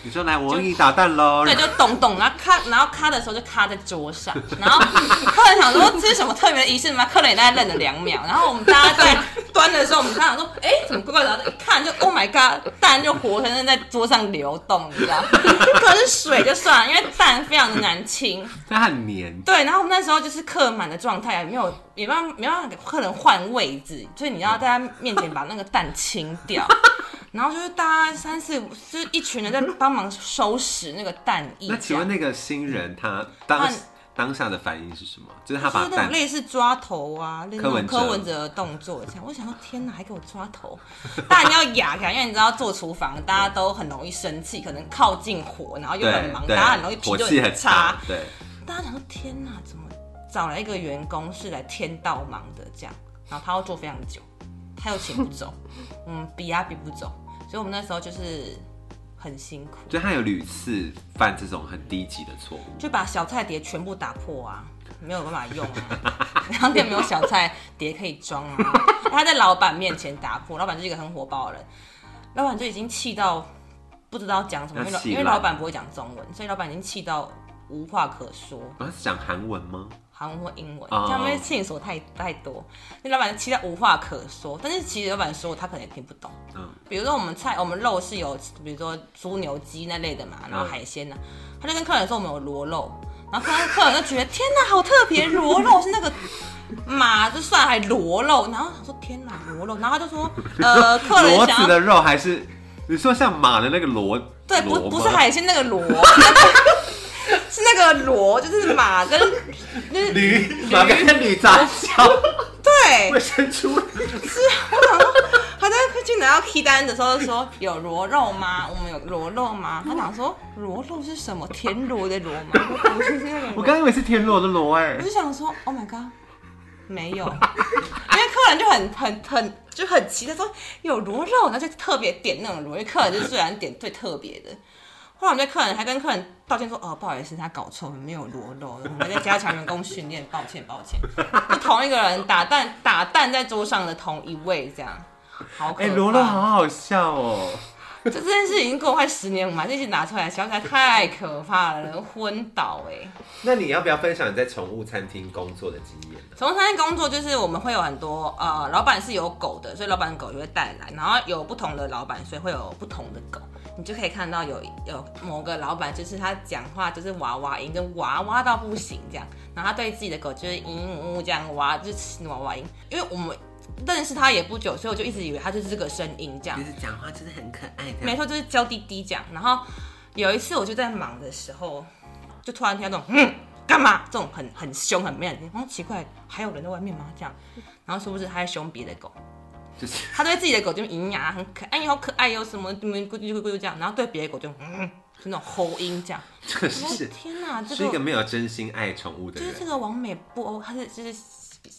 A: 你说来，我给你打蛋喽。
B: 对，就咚咚，然后咔，然后咔的时候就咔在桌上，然后客人想说这是什么特别的仪式吗？客人也大概愣了两秒，然后我们大家在端的时候，我们大家想说，哎、怎么怪怪的？然后一看就 Oh my God，蛋就活生生在桌上流动，你知道？可是水就算了，因为蛋非常的难清，
A: 它很黏。
B: 对，然后我们那时候就是客满的状态，啊没有也没办法没办法给客人换位置，所以你要在他面前把那个蛋清掉，然后就是大家三四五，就是一群人在帮忙收拾那个蛋液这
A: 那
B: 样。
A: 请问那个新人他当
B: 他
A: 当下的反应是什么？就是他
B: 就
A: 把
B: 是那
A: 蛋
B: 种类似抓头啊，类似那
A: 柯文
B: 种
A: 哲
B: 柯文哲的动作这样。我想说，天哪，还给我抓头！ 当然要哑开，因为你知道做厨房，大家都很容易生气，可能靠近火，然后又很
A: 对
B: 忙，大
A: 对
B: 家很容易，脾
A: 火
B: 气
A: 气
B: 就
A: 很
B: 差
A: 大。。对，
B: 大家想说，天哪，怎么找来一个员工是来天道忙的这样？然后他要做非常久，他又请不走，嗯，比呀比不走，所以我们那时候就是很辛苦，
A: 就他有屡次犯这种很低级的错误。
B: 就把小菜碟全部打破啊，没有办法用啊， 然后店没有小菜碟可以装啊，他在老板面前打破，老板就是一个很火爆的人，老板就已经气到不知道讲什么，因为老
A: 要气
B: 因为
A: 烂
B: 老板不会讲中文，所以老板已经气到无话可说。
A: 我是讲韩文吗？
B: 韩文或英文，
A: 哦
B: 这样被线索太太多，那老板其他无话可说。但是其实老板说他可能也听不懂。
A: 嗯，
B: 比如说我们菜，我们肉是有，比如说猪牛鸡那类的嘛，
A: 嗯
B: 然后海鲜呐、他就跟客人说我们有螺肉，然后客人客人就觉得天哪，好特别，螺肉是那个。 马就算还螺肉，然后想说天哪螺肉，然后他就说 呃客人
A: 骡
B: 想
A: 子
B: 要
A: 的肉还是你说像马的那个骡？
B: 对
A: 骡
B: 不
A: 吗
B: 不是海鲜那 个螺，是那个螺，就是马 跟就是
A: 驴，马跟驴杂交，
B: 对
A: 会生出
B: 我想说，还他在进来要 key 单的时候就说有螺肉吗？我们有螺肉吗？他想说螺肉是什么？田螺的螺吗？我说不是是那个
A: 嗯我
B: 螺。
A: 刚以为是田螺的螺哎
B: 我就，想说，Oh my god，没有，因为客人就很很很就很奇，他说有螺肉，然后就特别点那种螺，因为客人就最然点最特别的。后来我们在客人还跟客人道歉说，哦，不好意思，他搞错，没有螺肉，我们在加强员工训练，抱歉抱 歉。就同一个人打蛋打蛋在桌上的同一位这样，好可
A: 哎，
B: 怕。
A: 罗罗好好笑哦。
B: 这这件事已经过快十年，我们还是一直拿出来，想起来太可怕了，昏倒哎、
A: 那你要不要分享你在宠物餐厅工作的经验呢？
B: 宠物餐厅工作就是我们会有很多呃，老板是有狗的，所以老板的狗就会带来，然后有不同的老板，所以会有不同的狗。你就可以看到有有某个老板，就是他讲话就是娃娃音，跟娃娃到不行这样，然后他对自己的狗就是嘤呜呜这样娃，就是娃娃音。因为我们认识他也不久，所以我就一直以为他就是这个声音这样。
A: 是讲话就是很可爱
B: 没错，就是娇滴滴讲。然后有一次我就在忙的时候，就突然听到这种嗯干嘛这种很很凶很 man，然后哦奇怪还有人在外面吗？这样，然后殊不知他在凶别的狗，
A: 就是
B: 他对自己的狗就咿呀很可爱，哎好可爱哟什么咕咕咕咕咕这样，然后对别的狗就嗯就那种吼音这样。
A: 这
B: 我说
A: 是
B: 天哪，这
A: 是一
B: 个
A: 个没有真心爱宠物的
B: 就是这
A: 人，
B: 个王美不欧，他是就是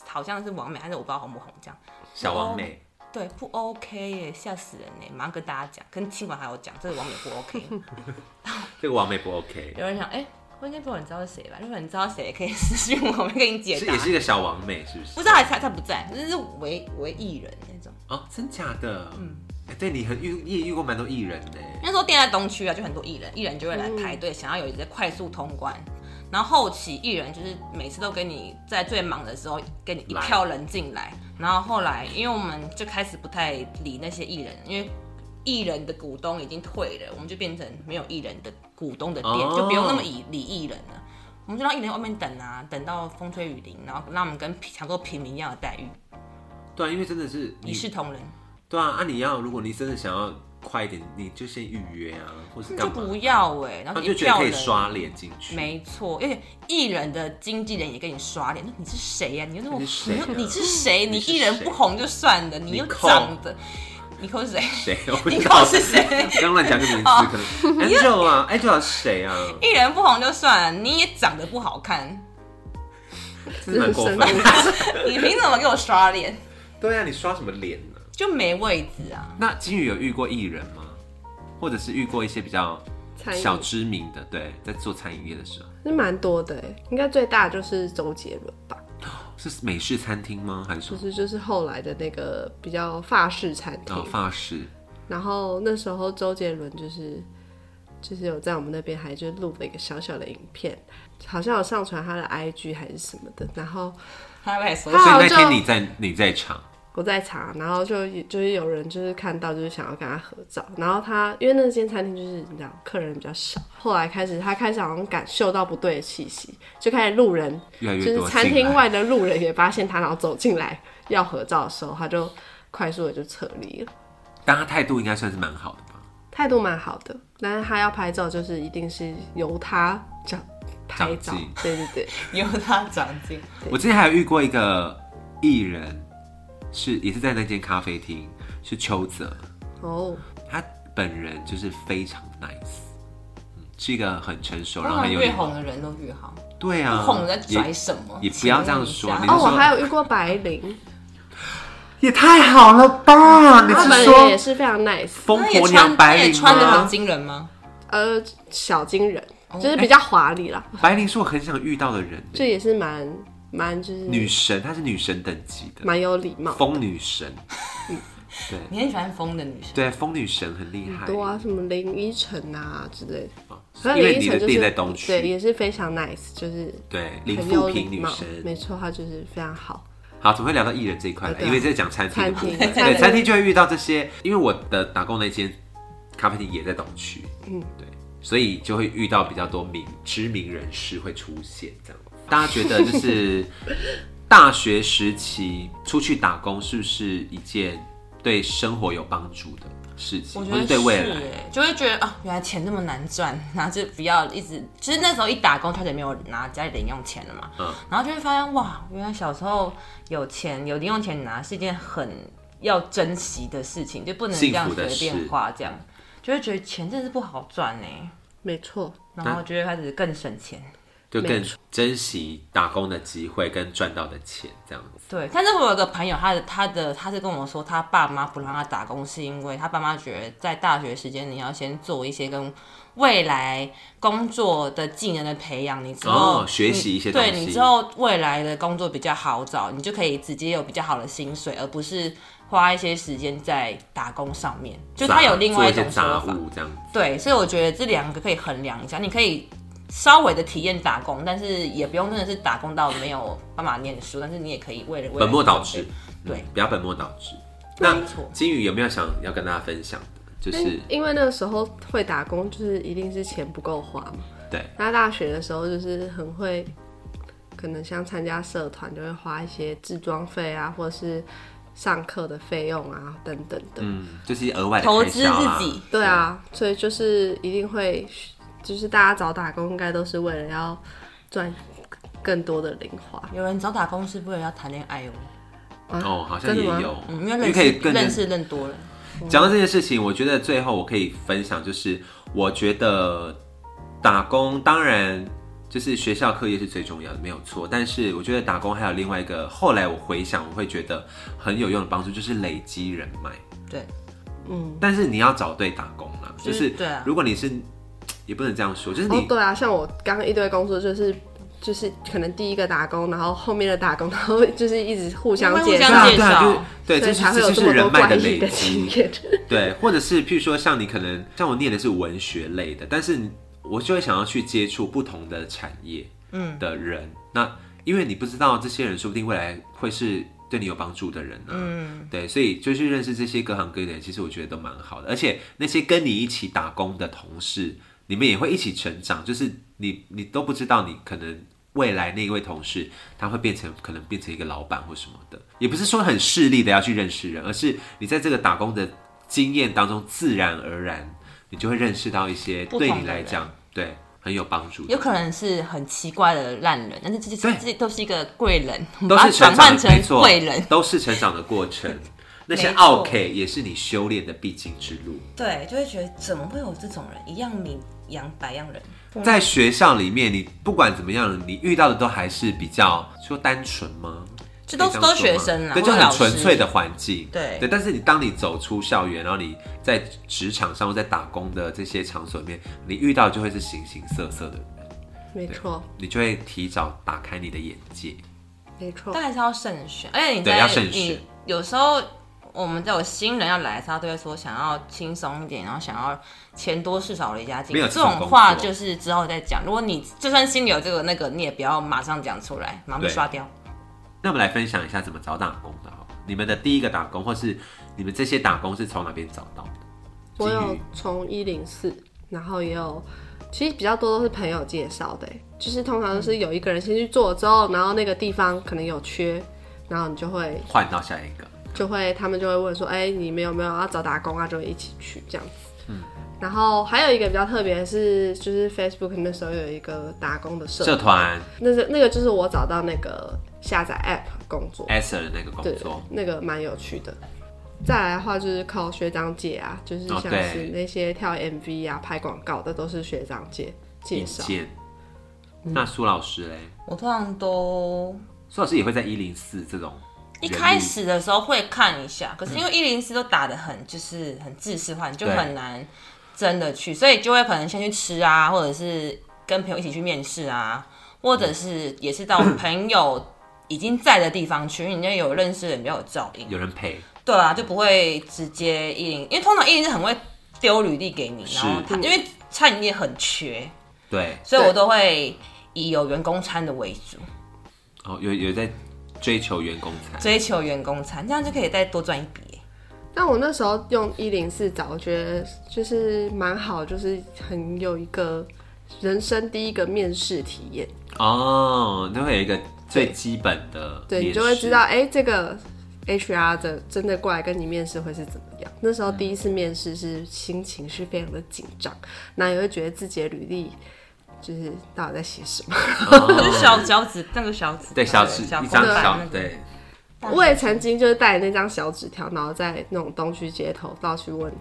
B: 好像是王美，但是我不知道红不红这样。
A: 小王美。
B: 对，不 OK 耶，吓死人耶！马上跟大家讲，跟亲管还有讲，这个王美不 OK。
A: 这个王美不 OK，
B: 有人想，哎、我应该不会有人知道是谁吧？如果你知道谁，可以私信我，我们给你解
A: 是
B: 答
A: 也。是一个小王美，是不是？
B: 不知啊道还在在不在，就是唯唯艺人那种。
A: 哦，真假的？嗯，对你很遇，你也遇过蛮多艺人的。
B: 那时候店在东区啊，就很多艺人，艺人就会来排队，想要有一个快速通关。然后后期艺人就是每次都给你在最忙的时候给你一
A: 来
B: 票人进来，然后后来因为我们就开始不太理那些艺人，因为艺人的股东已经退了，我们就变成没有艺人的股东的店，
A: 哦
B: 就不用那么以理艺人了。我们就让艺人在外面等啊，等到风吹雨淋，然后让我们跟想做平民一样的待遇，
A: 对啊，因为真的是
B: 一
A: 你
B: 视同仁。
A: 对啊，啊你要，如果你真的想要快一点，你就先预约啊，或是
B: 就
A: 干嘛？
B: 不要哎、然
A: 他
B: 后
A: 们
B: 一
A: 就觉得
B: 票
A: 可以
B: 人。
A: 刷脸进去。
B: 没错，而且艺人的经纪人也跟你刷脸，说你是谁呀、你又这么
A: 你是谁啊
B: 你又你是谁？
A: 你
B: 你
A: 是
B: 艺人不红就算了，你又
A: 你扣
B: 长得，你扣是谁？
A: 谁？ 我不
B: 你
A: 知道
B: 扣是谁？哦
A: 刚乱讲个名字，可能 Angel 啊，Angel 是谁 啊？
B: 艺人不红就算了，你也长得不好看，
A: 真的蛮过分
C: 人生
A: 的。
B: 你凭什么给我刷脸？
A: 对啊，你刷什么脸呢？
B: 就没位置啊！
A: 那金宇有遇过艺人吗？或者是遇过一些比较
C: 餐饮
A: 小知名的？对，在做餐饮业的时候，
C: 是蛮多的欸，应该最大的就是周杰伦吧，
A: 是美式餐厅吗？还是什
C: 就
A: 么？
C: 是就是后来的那个比较法式餐厅
A: 哦，，发饰。
C: 然后那时候周杰伦就是就是有在我们那边还就录了一个小小的影片，好像有上传他的 IG 还是什么的，然后
B: 他会
A: 所以
B: 说
C: 啊
A: 那
C: 我就
A: 天你在你在场，
C: 我在查，然后就就是有人就是看到就是想要跟他合照，然后他因为那间餐厅就是你知道客人比较少，后来开始他开始好像感受到不对的气息，就开始路人
A: 越来
C: 就
A: 越
C: 是
A: 多
C: 餐
A: 进
C: 厅
A: 来
C: 外的路人也发现他，然后走进来要合照的时候，他就快速的就撤离了，
A: 但他态度应该算是蛮好的吧？
C: 态度蛮好的，但是他要拍照就是一定是由他讲拍照
A: 掌镜，
C: 对对对，
B: 由他长进，
A: 我之前还有遇过一个艺人，是也是在那间咖啡厅，是邱泽，
C: 哦，
A: 他本人就是非常 nice，嗯，是一个很成熟，
B: 通
A: 然后
B: 常
A: 很有
B: 越
A: 礼
B: 红
A: 貌。
B: 的人都越好，
A: 对
B: 不
A: 啊，
B: 红的在拽
A: 也
B: 什么？
A: 也不要这样说
B: 请问一
A: 你
B: 下
C: 哦，
A: 是
C: 我
A: 说
C: 还有遇过白灵，
A: 也太好了吧？你
C: 他本
A: 是
C: 人
A: 说
C: 也是非常 nice，
A: 疯
B: 那也
A: 婆
B: 穿
A: 娘白
B: 那也
A: 灵
B: 穿的很
A: 吗？
B: 惊人吗？
C: 呃，小金人
A: 哦
C: 就是
A: 哎
C: 比较华丽啦。
A: 白灵是我很想遇到的人，欸
C: 这也是蛮蛮就是
A: 女神，她是女神等级的，
C: 蛮有礼貌，
A: 疯女神，对
B: 你很喜欢疯的女生，
A: 对，啊疯女神很厉害哦
C: 很，多啊，什么林依晨啊之类的。可是
A: 因为
C: 林依
A: 你的
C: 晨就是
A: 店在东区，
C: 对，也是非常 nice，就是
A: 对，林
C: 很
A: 富
C: 有
A: 平
C: 礼
A: 女
C: 貌，没
A: 神。
C: 错，她就是非常好。
A: 好，怎么会聊到艺人这一块呢？
C: 啊对啊
A: 因为在讲餐厅的部分，
C: 餐
A: 对，
C: 厅餐厅
A: 餐厅就会遇到这些。因为我的打工那间咖啡厅也在东区，嗯，对，所以就会遇到比较多名知名人士会出现这样。大家觉得就是大学时期出去打工是不是一件对生活有帮助的事 情，
B: 我觉
A: 或
B: 得
A: 是对未
B: 是
A: 来？
B: 欸就会觉得啊，原来钱那么难赚，然后就不要一直，其实那时候一打工，差点没有拿家里的零用钱了嘛，
A: 嗯
B: 然后就会发现哇，原来小时候有钱有零用钱拿是一件很要珍惜的事情，就不能这
A: 幸
B: 样
A: 福
B: 随
A: 的
B: 便
A: 事
B: 花，这样就会觉得钱真的是不好赚呢、
C: 没错，
B: 然后就会开始更省钱。
A: 就
C: 没
A: 更珍惜打工的机会跟赚到的钱这样子。
B: 对，但是我有个朋友，他的他的他是跟我说，他爸妈不让他打工，是因为他爸妈觉得在大学时间你要先做一些跟未来工作的技能的培养，你之后、
A: 哦学习一些
B: 你
A: 东西
B: 对你之后未来的工作比较好找，你就可以直接有比较好的薪水，而不是花一些时间在打工上面。就他有另
A: 做
B: 外
A: 一
B: 种
A: 些
B: 说
A: 杂
B: 法，
A: 物这样子。
B: 对，所以我觉得这两个可以衡量一下，你可以稍微的体验打工，但是也不用真的是打工到没有办法念书，但是你也可以为了为了
A: 本末倒置，
B: 对
A: 嗯，不要本末倒置。那
B: 没错
A: 金宇有没有想要跟大家分享的？就是
C: 因为那个时候会打工，就是一定是钱不够花嘛。
A: 对，
C: 那大学的时候就是很会，可能像参加社团就会花一些自装费啊，或是上课的费用啊等等的。
A: 嗯，就是额外的
B: 投
A: 开
B: 资
A: 销啊
B: 自己，
C: 对啊，所以就是一定会，就是大家找打工应该都是为了要赚更多的零花。
B: 有人找打工是为了要谈恋爱哦，
A: 哦，好像
C: 真的
A: 也
C: 吗
A: 有，
B: 嗯，
A: 因
B: 因为
A: 为
B: 认
A: 可以
B: 识
A: 更
B: 认识更多人，
A: 讲到这件事情，我觉得最后我可以分享，就是我觉得打工当然就是学校课业是最重要的，没有错。但是我觉得打工还有另外一个，后来我回想，我会觉得很有用的帮助，就是累积人脉。
B: 对，
C: 嗯，
A: 但是你要找对打工啦，就
B: 就是
A: 是
B: 对啊
A: 如果你是，也不能这样说，就是
C: 哦
A: 你，
C: 对啊，像我刚刚一堆工作就是。就是可能第一个打工，然后后面的打工，然后就是一直互相
B: 因为互
C: 介
A: 对
B: 相
C: 绍
A: 啊，
B: 介
A: 对啊，就是对，
B: 绍
C: 所
A: 这
C: 以
A: 是
C: 才会有
A: 这
C: 这
A: 就是
C: 么多
A: 人脉的
C: 怪异
A: 累
C: 的
A: 积
C: 经。验。
A: 对，或者是譬如说像你可能像我念的是文学类的，但是你我就会想要去接触不同的产业，嗯，的人。那因为你不知道这些人说不定未来会是对你有帮助的人呢、嗯，对，所以就是认识这些各行各业的人，其实我觉得都蛮好的。而且那些跟你一起打工的同事，你们也会一起成长，就是你你都不知道你可能。未来那一位同事，他会变成可能变成一个老板或什么的，也不是说很势利的要去认识人，而是你在这个打工的经验当中，自然而然你就会认识到一些
B: 不同
A: 对
B: 的
A: 你来讲对很有帮助的，
B: 有可能是很奇怪的烂人，但是这些
A: 对
B: 这些都是一个贵人，我们
A: 都
B: 把它
A: 是
B: 转
A: 成
B: 换
A: 长的，
B: 成
A: 没错
B: 贵人，，
A: 都是成长的过程。那些
B: 没错
A: OK 也是你修炼的必经之路。
B: 对，就会觉得怎么会有这种人，一样米养百样人，
A: 在学校里面，你不管怎么样，你遇到的都还是比较说单纯吗？
B: 这都
A: 可以
B: 都
A: 这样
B: 学
A: 说吗
B: 生啦，啊
A: 对，
B: 或
A: 就
B: 者
A: 很
B: 老
A: 纯
B: 师
A: 粹的环境，
B: 对
A: 对。但是你当你走出校园，然后你在职场上或在打工的这些场所里面，你遇到就会是形形色色的人，
C: 没错，
A: 你就会提早打开你的眼界。
C: 没错
B: 但。还是要慎选，而且你
A: 对
B: 在
A: 要慎选
B: 你有时候我们这种新人要来的时候，他都会说想要轻松一点，然后想要钱多事少离家近
A: 没有。
B: 这
A: 这种
B: 种话
A: 工作
B: 就是之后再讲。如果你就算心里有这个那个，你也不要马上讲出来，马上
A: 对
B: 刷掉。
A: 那我们来分享一下怎么找打工的好了，你们的第一个打工，或是你们这些打工是从哪边找到的？
C: 我
A: 基
C: 有
A: 于
C: 从一零四，然后也有，其实比较多都是朋友介绍的欸，就是通常都是有一个人先去做之后，然后那个地方可能有缺，然后你就会
A: 换到下一个，
C: 就会他们就会问说，哎、你们有没有要找打工啊？就会一起去这样子。
A: 嗯
C: 然后还有一个比较特别的是，就是 Facebook 那时候有一个打工的社
A: 社团
C: 那是那个就是我找到那个下载 App 工作，
A: S 的那个工
C: 对
A: 作，，
C: 那个蛮有趣的。再来的话就是靠学长姐啊，就是
A: 哦
C: 像
A: 对
C: 是那些跳 MV 啊、拍广告的都是学长姐介
A: 引
C: 绍。
A: 荐。
C: 嗯
A: 那苏老师嘞？
B: 我通常都
A: 苏老师也会在一零四这种
B: 一
A: 人力嗯
B: 开始的时候会看一下，可是因为一零四都打的很就是很自式化，你就
A: 对
B: 很难真的去，所以就会可能先去吃啊，或者是跟朋友一起去面试啊，或
A: 嗯
B: 者是也是到朋友已经在的地方去，因为你那有认识的人比较有照应。
A: 有人陪，
B: 对啊，就不会直接一零，因为通常一零是很会丢履历给你，然后他
A: 是
B: 因为餐饮业很缺，
A: 对，
B: 所以
C: 对
B: 我都会以有员工餐的为主，
A: 哦，有有在追求员工餐，
B: 追求员工餐，这样就可以再多赚一笔耶。
C: 但我那时候用一零四找，我觉得就是蛮好，就是很有一个人生第一个面试体验。
A: 哦，那会有一个最基本的，
C: 对你就会知道，。哎、这个 HR 的真的过来跟你面试会是怎么样。那时候第一次面试是心情是非常的紧张，那也会觉得自己的履历就是到底在写什么。
B: 就是小小纸那个小纸，
A: 对，小吃
B: 小
A: 一张
B: 公仔那
A: 小
B: 个
A: 对，
C: 我也曾经就是带着那张小纸条，然后在那种东区街头到处问、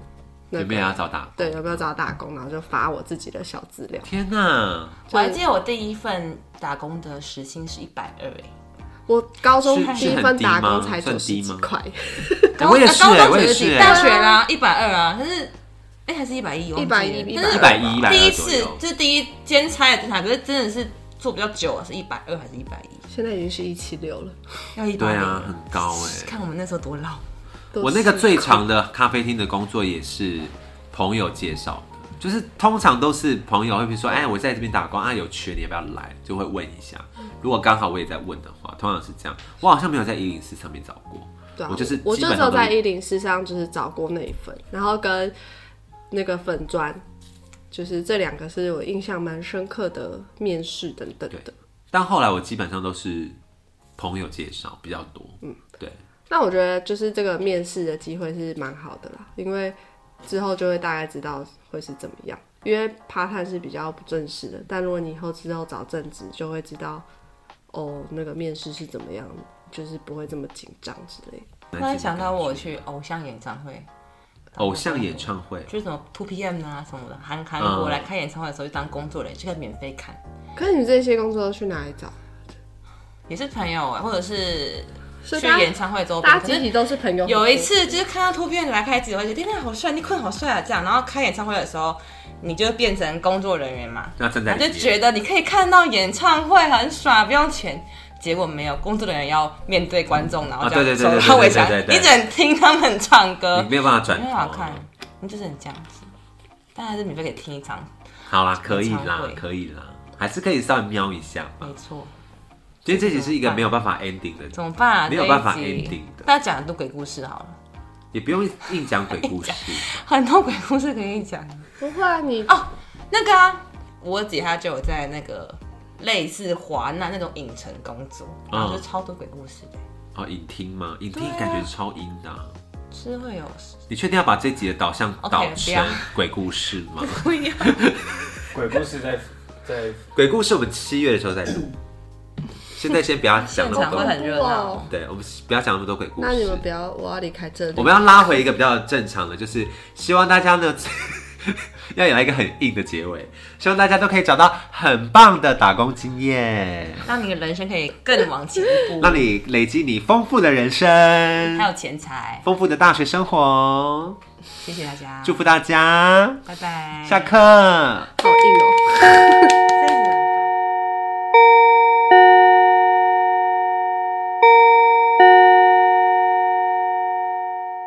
C: 那
A: 有
C: 个
A: 没有要找打工？
C: 对有没有找打工，然后就发我自己的小资料。
A: 天哪，
B: 我还记得我第一份打工的时薪是一百二，哎，
C: 我高中
A: 是
C: 第
A: 是
C: 一
A: 很
C: 份
A: 低
C: 打
A: 吗
C: 工才
A: 算
C: 九
A: 低
C: 十几
A: 吗
C: 块，
A: 我也是
B: 高
A: 哎，
B: 中
A: 我也
B: 九十
A: 是
B: 几，
A: 哎
B: 大，学啦一百二啊，可是哎还是一百一，忘记了
C: 110
B: 但是
A: 一百一一百
B: 第一
A: 二左
B: 次
A: 右。
B: 就是第一兼差的职场，可是真的是做比较久啊，是一百二还是一百一？
C: 现在已经是一七六了。
B: 要一
A: 对
B: 百
A: 啊，很高哎。
B: 看我们那时候多老，
C: 都
A: 我那个
C: 是
A: 最长的咖啡厅的工作也是朋友介绍的，就是通常都是朋友会比如说，哎，我在这边打工啊，有缺你要不要来，就会问一下。如果刚好我也在问的话，通常是这样。我好像没有在一零四上面找过，
C: 对啊、
A: 我就是
C: 我
A: 基
C: 就
A: 本
C: 只有
A: 上都
C: 在一零四上就是找过那一份，然后跟那个粉砖，就是这两个是我印象蛮深刻的面试等等的
A: 对。但后来我基本上都是朋友介绍比较多。嗯，对，
C: 那我觉得就是这个面试的机会是蛮好的啦，因为之后就会大概知道会是怎么样。因为爬探是比较不正式的，但如果你以后之后找正职，就会知道哦，那个面试是怎么样，就是不会这么紧张之类
B: 突
C: 的。
B: 然想到我去偶像演唱会，
A: 偶像演唱会，
B: 就是什么 Two PM 啊什么的，韩韩
A: 嗯
B: 国来开演唱会的时候就当工作人员，就可以免费看，
C: 可是你这些工作都去哪里找？
B: 也是朋友啊，或者是
C: 是
B: 去
C: 大家
B: 演唱会周边，
C: 大
B: 可
C: 家集
B: 是
C: 体都是朋友。
B: 有一，次就是看到突片来开直播，觉得天呐好帅，尼坤好帅啊这样。然后开演唱会的时候，你就变成工作人员嘛，
A: 那站在
B: 然
A: 里
B: 后就
A: 面
B: 觉得你可以看到演唱会很爽，不用钱。结果没有，工作人员要面对观众，然后
A: 啊
B: 这
A: 对
B: 样
A: 对对对
B: 手到
A: 对
B: 围
A: 对
B: 墙
A: 对，对
B: 你只能听他们唱歌
A: 你，没有办法转
B: 没
A: 头
B: 有好看
A: 啊。，
B: 你就是很这样子。但还是免费可以听一场，
A: 好啦，可以
B: 演唱
A: 啦
B: 会，
A: 可以啦，还是可以稍微瞄一下吧
B: 没。错。
A: 因为这集是一个没有办法 ending 的，
B: 怎么办啊？
A: 没有办法
B: 这一集
A: ending 的
B: 大家讲很多鬼故事好了，
A: 也不用硬讲鬼故 事。
B: 很多鬼故事可以讲。
C: 不会啊，
A: 哦
C: 你
B: 那个啊，我姐她就有在那个类似华纳那种影城工作，
A: 嗯
B: 然后就超多鬼故事的，
A: 哦，影厅吗？影厅
B: 对啊
A: 感觉是超阴的啊、
B: 是会有
A: 你确定要把这集的导向
B: OK，
A: 导
B: 不
A: 成
B: 要
A: 鬼故事吗？
B: 不 一样。
D: 鬼故事在在
A: 鬼故事我们七月的时候再录，现在先不要讲
B: 现
A: 那么
B: 场会
A: 多。
B: 很热闹，
A: 对，我们不要讲那么多鬼故
C: 那你们
A: 事。
C: 不要，我要离开这里。
A: 我们要拉回一个比较正常的，就是希望大家呢， 要有一个很硬的结尾，希望大家都可以找到很棒的打工经验，
B: 让你的人生可以更往前一步，
A: 让你累积你丰富的人生，
B: 还有钱财。
A: 丰富的大学生活。
B: 谢谢大家，
A: 祝福大家，
B: 拜拜，
A: 下课。
C: 好硬哦。
B: 再见。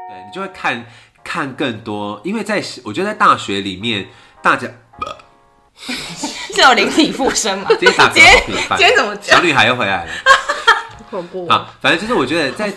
A: 对你就会看看更多，因为在我觉得在大学里面，大家呃
B: 是有灵体附身吗？
A: 直接打嗝
B: 今
A: 好频
B: 天
A: 繁
B: 今天怎么
A: 小
B: 讲？
A: 女孩又回来了。
C: 恐怖哦。
A: 好，反正就是我觉得在